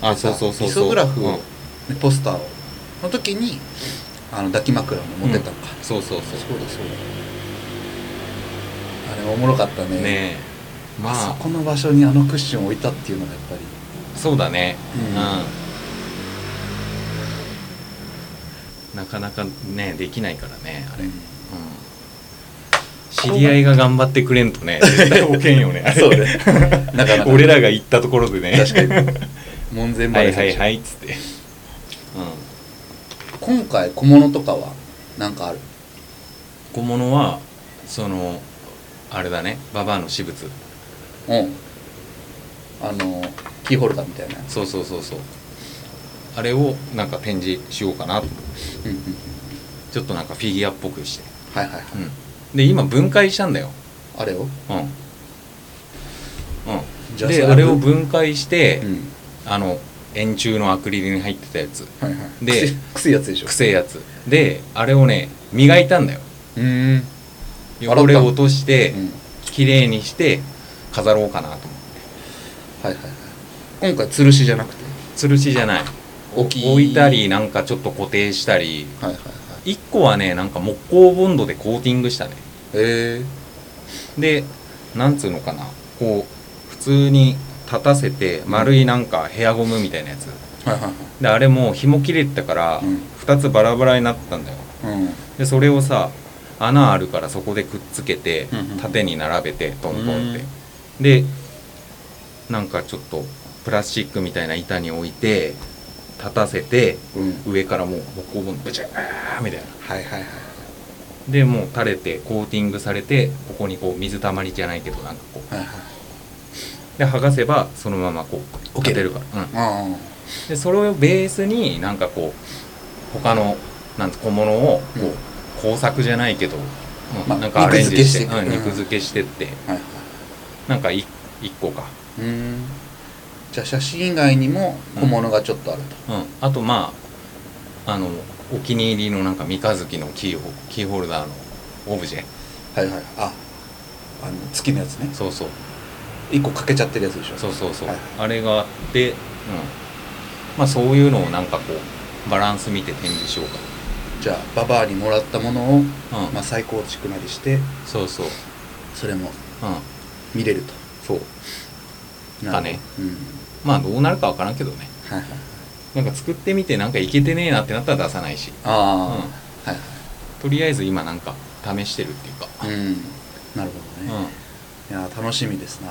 S2: あそうそうそうそう
S1: リソグラフを、
S2: うん
S1: ねポスターをの時にあの抱き枕も持ってったのか、
S2: そうそ
S1: そ
S2: うそ
S1: うだそうだあれおもろかった
S2: う
S1: ね
S2: ねま
S1: あそ
S2: あ
S1: この場所にあのクッションを置いたっていうのがやっぱり
S2: そうだね
S1: うん
S2: うん、なかなかねできないからねあれ
S1: あ
S2: 知り合いが頑張ってくれんとね絶対置けんよねあ れ
S1: そう ねなかなか
S2: 俺らが行ったところでね
S1: 確かに門前
S2: は
S1: 払
S2: い
S1: い
S2: はいはいいっつって、うん、
S1: 今回小物とかはなんかある
S2: 小物はそのあれだねババアの私物
S1: うんあのキーホルダーみたいなやつ、
S2: そうそうそうそうあれをなんか展示しようかなと思って
S1: うんうん、
S2: ちょっとなんかフィギュアっぽくして、
S1: はいはいはい
S2: うん、で今分解したんだよ
S1: あれを
S2: うん
S1: じゃ
S2: うん
S1: あ
S2: で
S1: それ
S2: あれを分解して、
S1: うん
S2: あの円柱のアクリルに入ってたやつ
S1: はいはい
S2: で
S1: くせくせえやつでしょ
S2: くせえやつであれをね磨いたんだよ
S1: うーん洗った
S2: 汚れを落として
S1: うん
S2: 綺麗にして飾ろうかなと思って
S1: はいはいはい今回吊るしじゃなくて
S2: 吊るしじゃない
S1: 大きい
S2: 置いたりなんかちょっと固定したり
S1: はいはいはい
S2: 1個はねなんか木工ボンドでコーティングしたね
S1: え
S2: でなんつうのかなこう普通に立たせて丸いなんかヘアゴムみたいなやつ
S1: ー、はいはいはい
S2: であれも紐切れてたから
S1: うん
S2: 2つバラバラになったんだよ
S1: うん
S2: でそれをさ穴あるからそこでくっつけて
S1: うんうん
S2: 縦に並べてトントンっ
S1: う
S2: てでなんかちょっとプラスチックみたいな板に置いて立たせて
S1: うん
S2: 上からもう木工ボンドブチャーみたいな
S1: はいはいはい
S2: でもう垂れてコーティングされてここにこう水たまりじゃないけどなんかこう
S1: はいはい
S2: で剥がせばそのままこう
S1: 置け
S2: 立
S1: る
S2: てるから、うん、
S1: あ
S2: でそれをベースになんかこう他のなんて小物をこう、
S1: うん
S2: 工作じゃないけど、うん
S1: まあ
S2: なんかアレンジして
S1: 肉付けしていく
S2: うん
S1: うん
S2: 肉付けしてって、
S1: あはいはい
S2: なんかい一個か、
S1: うーんじゃあ写真以外にも小物がちょっとあると、
S2: うん、あとまああのお気に入りのなんか三日月のキーホキーホルダーのオブジェ
S1: はいはいああの月のやつね
S2: そうそう
S1: 一個かけちゃってるやつでしょ
S2: そうそうそう、
S1: はい
S2: あれがあって、うん、まあそういうのをなんかこうバランス見て展示しよう
S1: じゃあババアにもらったものを、
S2: か、うん
S1: まあ、再構築なりして
S2: そうそう、うん、
S1: それも見れると
S2: そう
S1: なるほど
S2: だね
S1: うん
S2: まあどうなるかわからんけどね
S1: はいはい
S2: なんか作ってみてなんかいけてねえなってなったら出さないし、うん、
S1: ああ、はい
S2: とりあえず今なんか試してるっていうか、
S1: はいうんなるほどね、
S2: う、
S1: いやー楽しみですな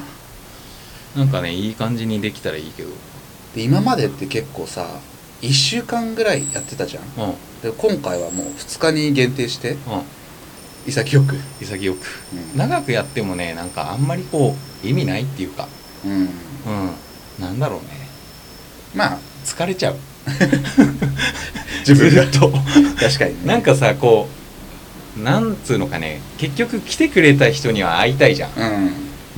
S1: ん
S2: なんかねいい感じにできたらいいけど、
S1: で今までって結構さ1週間ぐらいやってたじゃん
S2: うんうん、
S1: で今回はもう2日に限定して潔く、
S2: 潔く
S1: うん
S2: 長くやってもねなんかあんまりこう意味ないっていうか、
S1: うん、
S2: うん、なんだろうね
S1: まあ
S2: 疲れちゃう
S1: 自分が
S2: ずっと
S1: 確かにね
S2: なんかさこうなんつうのかね結局来てくれた人には会いたいじゃん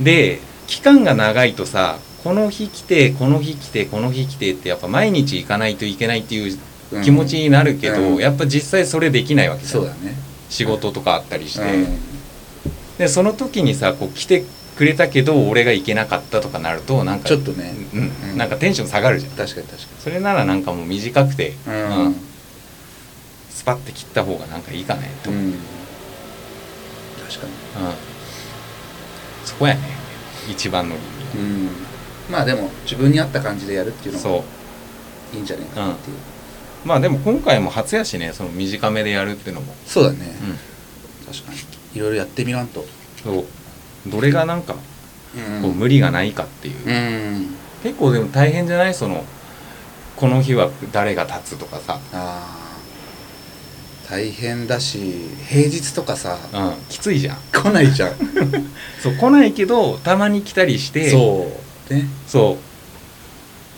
S1: うん
S2: で期間が長いとさこの日来てこの日来てこの日来てってやっぱ毎日行かないといけないっていう
S1: うん
S2: 気持ちになるけど、
S1: うん
S2: やっぱ実際それできないわけじゃ
S1: そ
S2: ん
S1: うだね
S2: 仕事とかあったりして、
S1: うん
S2: でその時にさこう来てくれたけど俺が行けなかったとかなるとなんか
S1: ちょっとね
S2: うん
S1: うん
S2: なんかテンション下がるじゃん
S1: 確かに確か
S2: それならなんかもう短くて、
S1: に
S2: うんスパッて切った方がなんかいいかねと、
S1: う
S2: うん
S1: ん、確かに
S2: そこやね一番の理由
S1: うんまあでも自分に合った感じでやるっていうのが
S2: そう
S1: いいんじゃないかなっていう、
S2: まあでも今回も初やしねその短めでやるっていうのも、
S1: そうだね、
S2: うん
S1: 確かにいろいろやってみらんと
S2: そうどれがなんか
S1: う
S2: こう無理がないかっていう、
S1: うん
S2: 結構でも大変じゃないそのこの日は誰が立つとかさ、
S1: あー大変だし平日とかさ
S2: うん、きついじゃん
S1: 来ないじゃ ん
S2: そう来ないけどたまに来たりして
S1: そうね
S2: そ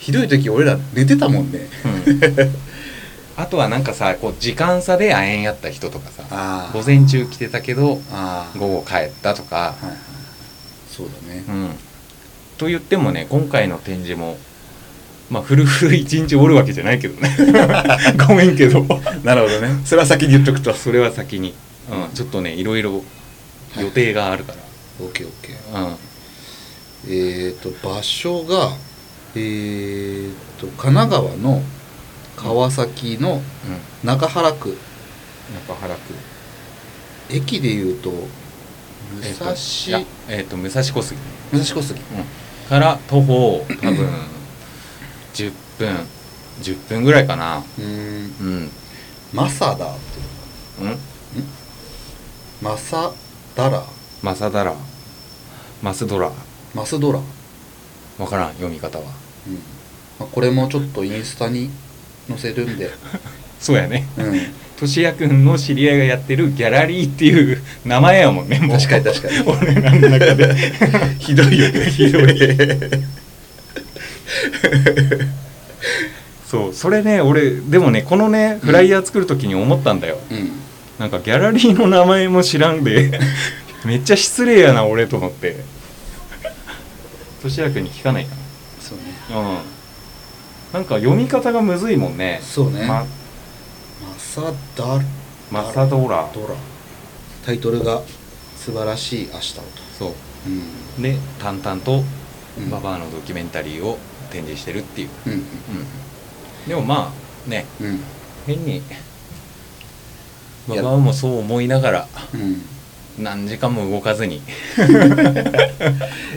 S1: ひどい時俺ら寝てたもんね
S2: う、うんあとはなんかさこう時間差で亜鉛やった人とかさ
S1: あ
S2: 午前中来てたけど
S1: ああ
S2: 午後帰ったとか、
S1: はいはいそうだね
S2: うん、と言ってもね今回の展示もまあフルフル一日おるわけじゃないけ どねごめんけど
S1: なるほどねそれは先に言っとくと
S2: それは先に、うん、ちょっとねいろいろ予定があるか
S1: OKOK
S2: ら、うん、
S1: えっ、ー、と場所がえっ、と神奈川の川崎の
S2: うん、
S1: 中原区
S2: 中原区
S1: 駅でいうと武
S2: えっと
S1: 蔵、
S2: いやえっと武蔵小杉、
S1: 武蔵小杉
S2: うん、から徒歩多分10分10分ぐらいかな
S1: うーん
S2: うんうん
S1: マサダーっていうマサダラ
S2: マサダラマスドラ
S1: マスドラ、うん
S2: わからん読み方は
S1: まあ、これもちょっとインスタに載せるん で、
S2: そうやね
S1: うん、
S2: としやくんの知り合いがやってるギャラリーっていう名前やもんねもう
S1: 確かに確かに
S2: 俺らの中で
S1: ひどいよね
S2: ひどい そうそれね俺でもねこのねフライヤー作る時に思ったんだよ、
S1: うん
S2: なんかギャラリーの名前も知らんで めっちゃ失礼やな俺と思って俊也君に聞かないか
S1: そうね
S2: なうんなんか読み方がむずいもんね
S1: そうね、
S2: ま、
S1: マサダ
S2: マサドラ
S1: ドラタイトルが「素晴らしい明日を」と、
S2: そう
S1: うん
S2: で淡々と
S1: うん
S2: ババアのドキュメンタリーを展示してるっていう、
S1: うん
S2: うん、でもまあね
S1: うん
S2: 変に
S1: い
S2: バ
S1: や
S2: バアもそう思いながら
S1: うん
S2: 何時間も動かずに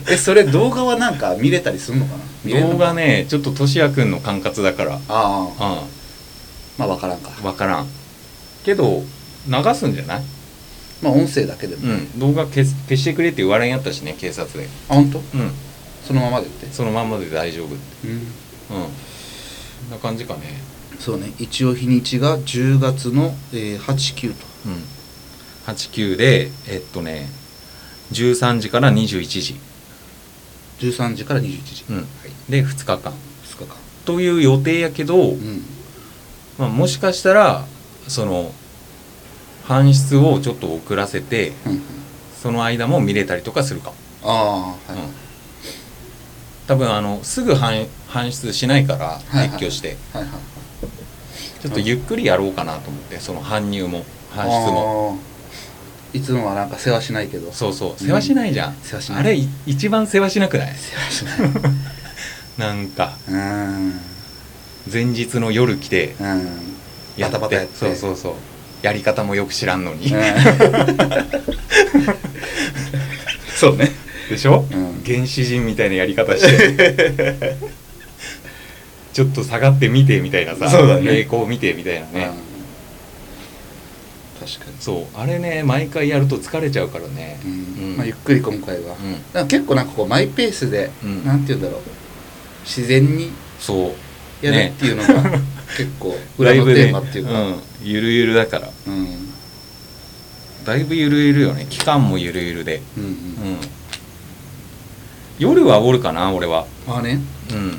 S1: えそれ動画はなんか見れたりするのかな見れるの
S2: 動
S1: かな
S2: 画ねちょっととしやくんの管轄だから
S1: ああ
S2: う
S1: まあ分からんか
S2: ん分からんけど流すんじゃない
S1: まあ音声だけでも、
S2: う
S1: あ
S2: ん動画消す消してくれって言われんやったしね警察で
S1: 本当
S2: うん
S1: そのままで言って
S2: そのまんまで大丈夫っ
S1: う
S2: て
S1: ん
S2: うんそんな感じかね
S1: そうね一応日にちが10月の、えー、89と
S2: うん89でえっとね13時から21時、
S1: 13時から21時、
S2: うん
S1: はい、
S2: で2日間
S1: 2日間
S2: という予定やけど、
S1: うん
S2: まあ、もしかしたらその搬出をちょっと遅らせて
S1: うんうん
S2: その間も見れたりとかするかも、
S1: ああはい、
S2: うん、多分あのすぐ搬搬出しないから
S1: いはい
S2: 撤去して、
S1: はいはい
S2: ちょっとゆっくりやろうかなと思ってその搬入も搬出も
S1: あーいつもはなんか世話しないけど
S2: そうそう世話しないじゃん、
S1: 世話しない
S2: あれい一番世話しなくない
S1: 世話しないう
S2: なんか
S1: ーん
S2: 前日の夜来て
S1: うん
S2: や
S1: バ
S2: って
S1: タバタやって
S2: そうそうそうやり方もよく知らんのに、
S1: そうね
S2: でしょ、
S1: うん
S2: 原始人みたいなやり方して ちょっと下がってみてみたいなさ
S1: そうだね
S2: 栄光見てみたいな
S1: うん
S2: ね、
S1: 確かに
S2: そうあれね毎回やると疲れちゃうからね
S1: う
S2: うんん
S1: まあ、ゆっくり今回は、
S2: うん
S1: なんか結構なんかこうマイペースで、
S2: うん
S1: なんて言うんだろう自然に
S2: そう
S1: やる
S2: ね
S1: っていうのが、 結構裏のテーマっていうか、
S2: だぶねうん、ゆるゆるだから
S1: うんうん
S2: だいぶゆるゆるよね期間もゆるゆるで、
S1: うん
S2: うん、夜はおるかな俺は
S1: まあね
S2: うんうん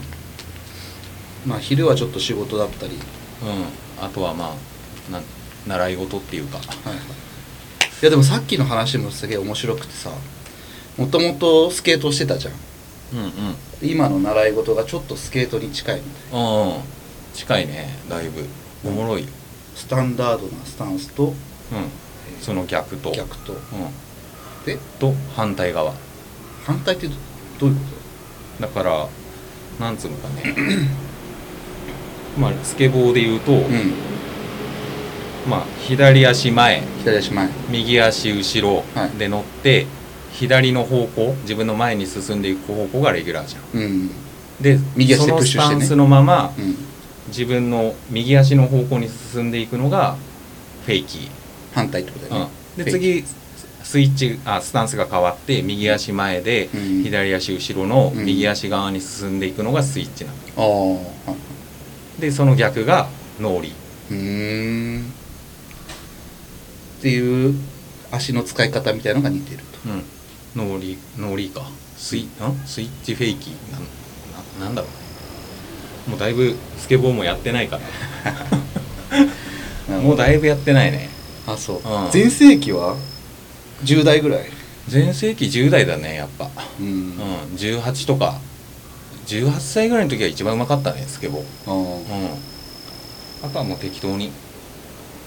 S1: まあ昼はちょっと仕事だったり、
S2: あとはまあな習い事っていうか
S1: はいはい、いやでもさっきの話もすげえ面白くてさもともとスケートしてたじゃん
S2: うんうん
S1: 今の習い事がちょっとスケートに近いみたい
S2: うんうん近いねだいぶおもろいよ、
S1: スタンダードなスタンスと
S2: うん、その逆と
S1: 逆と
S2: うん、
S1: で
S2: と反対側
S1: 反対ってどどういうこ
S2: だからなんつうのか ねまあスケボーで言うと、
S1: とうん
S2: まあ、左足前
S1: 左足前
S2: 右足後ろ
S1: はい
S2: で乗って、左の方向自分の前に進んでいく方向がレギュラーじゃん
S1: うん
S2: で
S1: 右足
S2: そ
S1: でプ
S2: の
S1: ッシ
S2: ス
S1: ュして
S2: タ
S1: ね
S2: ンスのまま
S1: うん
S2: 自分の右足の方向に進んでいくのがフェイキー
S1: 反対ってことだよね、
S2: うん、で
S1: フェイキ
S2: 次スイッチあスタンスが変わって右足前で、
S1: うん
S2: 左足後ろの
S1: うん
S2: 右足側に進んでいくのがスイッチなの、
S1: ああはい
S2: でその逆がノーリー
S1: うーんっていう足の使い方みたいのが似てると
S2: うんノーリーノーリーかスイんスイッチフェイキーなんななんだろうねもうだいぶスケボーもやってないからもうだいぶやってないね
S1: あそう、
S2: うん
S1: 全盛期は10代ぐらい
S2: 全盛期10代だねやっぱ、
S1: う
S2: うん
S1: あ
S2: ん、18とか18歳ぐらいの時は一番うまかったねスケボー
S1: ー
S2: うん、あとはもう適当に、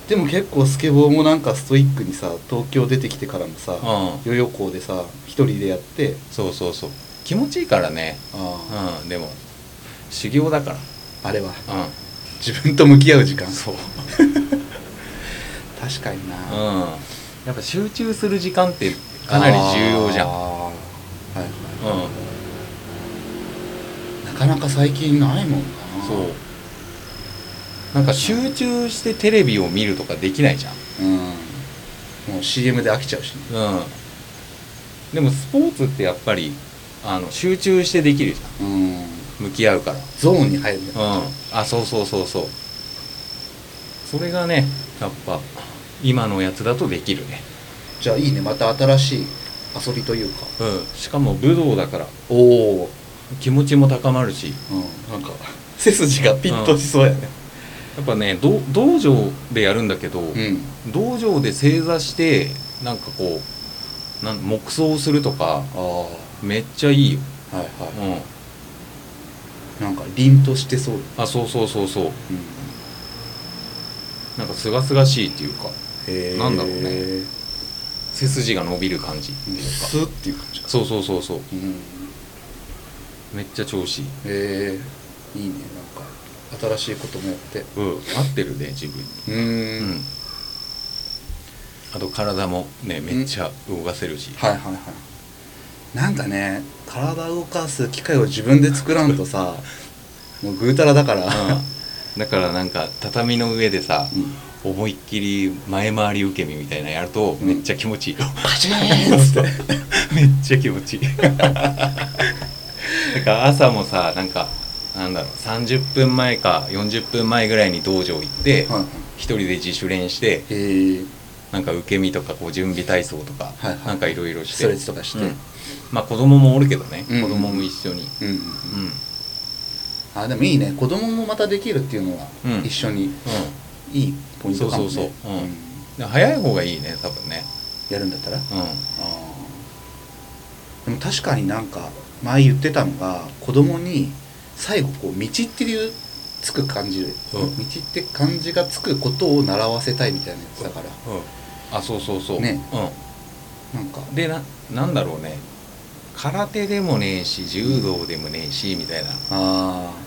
S1: でも結構スケボーもなんかストイックにさ東京出てきてからもさ、
S2: うん、
S1: ヨヨ校でさ一人でやって
S2: そうそうそう気持ちいいからね、
S1: あ
S2: うん、でも修行だか
S1: あれは
S2: ら、
S1: 自分と向き合う時間
S2: うん、そう、う
S1: 確かに
S2: ん、
S1: な、
S2: やっぱ集中する時間ってかなり重要じゃん、
S1: あー
S2: う
S1: はいは
S2: ん、
S1: い、なかなか最近ないもんな
S2: そうなんか集中してテレビを見るとかできないじゃん、
S1: うんもう CM で飽きちゃうしね
S2: うん、でもスポーツってやっぱりあの集中してできるじ
S1: うん
S2: ゃん向き合うから
S1: ゾーンに入るね
S2: うん、あそうそうそうそうそれがねやっぱ今のやつだとできるね
S1: じゃあいいねまた新しい遊びというか
S2: うんしかも武道だから
S1: おお
S2: 気持ちも高まるし
S1: うん、なんか背筋がピッとしそうやね
S2: やっぱねど道場でやるんだけど、
S1: うん
S2: 道場で正座してなんかこうなん黙想するとか
S1: ああ
S2: めっちゃいいよ、
S1: はい
S2: うん
S1: は、いなんか凛としてそう、うん、
S2: あそうそうそうそうなんかすがすがしいっていうか
S1: へー
S2: なんだろうね背筋が伸びる感じっていうか
S1: スッっていう感じか
S2: そうそうそうそう
S1: うん
S2: めっちゃ調子いい
S1: えー、いいねなんか新しいこともやって
S2: うん合ってるね自分に
S1: うーん
S2: うんあと体もねめっちゃ動かせるし、
S1: はいはいはいなんかね体を動かす機会を自分で作らんと さもうぐうたらだから、
S2: うんだからなんか畳の上でさ、
S1: うん
S2: 思いっきり前回り受け身みたいなのやると
S1: うん
S2: めっちゃ気持ちいいよ、
S1: パチーンっつって
S2: めっちゃ気持ちいい なんか朝もさなんかなんだろう30分前か40分前ぐらいに道場行って
S1: はいはい
S2: 一人で自主練して
S1: えー、
S2: なんか受け身とかこう準備体操とか、
S1: はいはい
S2: なんかいろいろして
S1: ストレッチとかして
S2: うんまあ子供もおるけどね、
S1: うん
S2: 子供も一緒に
S1: うんうん
S2: うん、うん
S1: あでもいいね子供もまたできるっていうのは、
S2: うん
S1: 一緒にいいポイントかもね
S2: そうそうそううん
S1: ん
S2: で早い方がいいね多分ね
S1: やるんだったら
S2: うん
S1: あーでも確かになんか前言ってたのが子供に最後こう道っていうつく感じ、
S2: うん
S1: 道って漢字がつくことを習わせたいみたいなやつだから、
S2: あそうそうそう、
S1: ね
S2: う
S1: なんか
S2: ん、でななんだろうね空手でもねえし柔道でもねえしみたいな
S1: ああ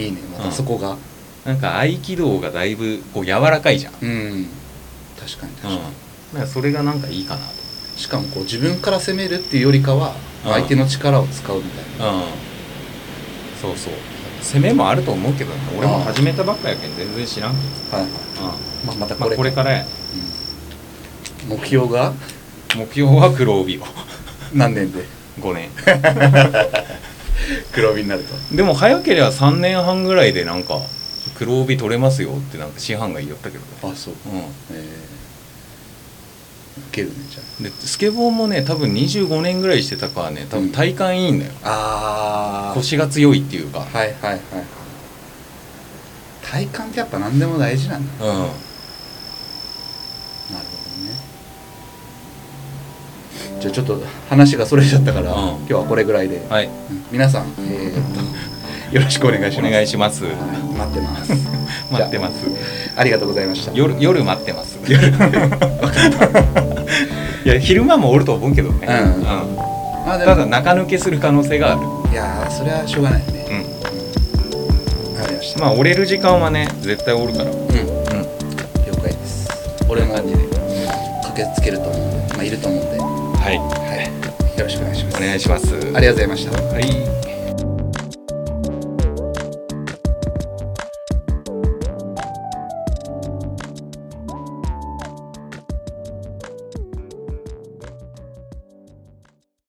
S1: いいねまたそこが
S2: なんか合気道がだいぶこう柔らかいじゃん、
S1: うん、確かに確か
S2: う
S1: に、
S2: ん、なんかそれがなんかいいかなと
S1: しかもこう自分から攻めるっていうよりかは
S2: うん
S1: 相手の力を使うみたいな、
S2: うんそうそう攻めもあると思うけどね俺も
S1: ああ
S2: 始めたばっかやけん全然知らんけど
S1: はいはい
S2: さ、
S1: まあ、また
S2: うんまあ、
S1: これ,、
S2: これからやね
S1: うん目標が
S2: 目標は黒帯を
S1: 何年で
S2: 5年
S1: 黒帯になると
S2: でも早ければ3年半ぐらいでなんか黒帯取れますよってなんか師範が言いよったけどね
S1: あそう
S2: う
S1: えー、受けるねじゃ
S2: んでスケボーもね多分25年ぐらいしてたからね多分体幹いいんだよ、
S1: ああ
S2: 腰が強いっていうか、
S1: はいはいはい体感ってやっぱ何でも大事なんだ
S2: うん
S1: なるほどねじゃあちょっと話がそれちゃったから、
S2: うん
S1: 今日はこれぐらいで、
S2: はい
S1: うん皆さん、えー っとよろしくお願いし
S2: お
S1: ます
S2: 願いします
S1: はい待ってます
S2: 待ってます
S1: ありがとうございました
S2: 夜夜待ってます いや昼間もおると思うけどね、
S1: うん
S2: うん
S1: まあで
S2: ただ
S1: も
S2: 中抜けする可能性がある、
S1: いやーそれはしょうがないね、
S2: う
S1: ありがとうございまし
S2: ん、
S1: た、
S2: まあ折れる時間はね絶対おるから、う
S1: う
S2: ん、
S1: ん了解です俺も駆けつけると思うんで、まあ、いると思うんで、は
S2: はい
S1: い、よろしくお願いします
S2: お願いします
S1: ありがとうございました
S2: はい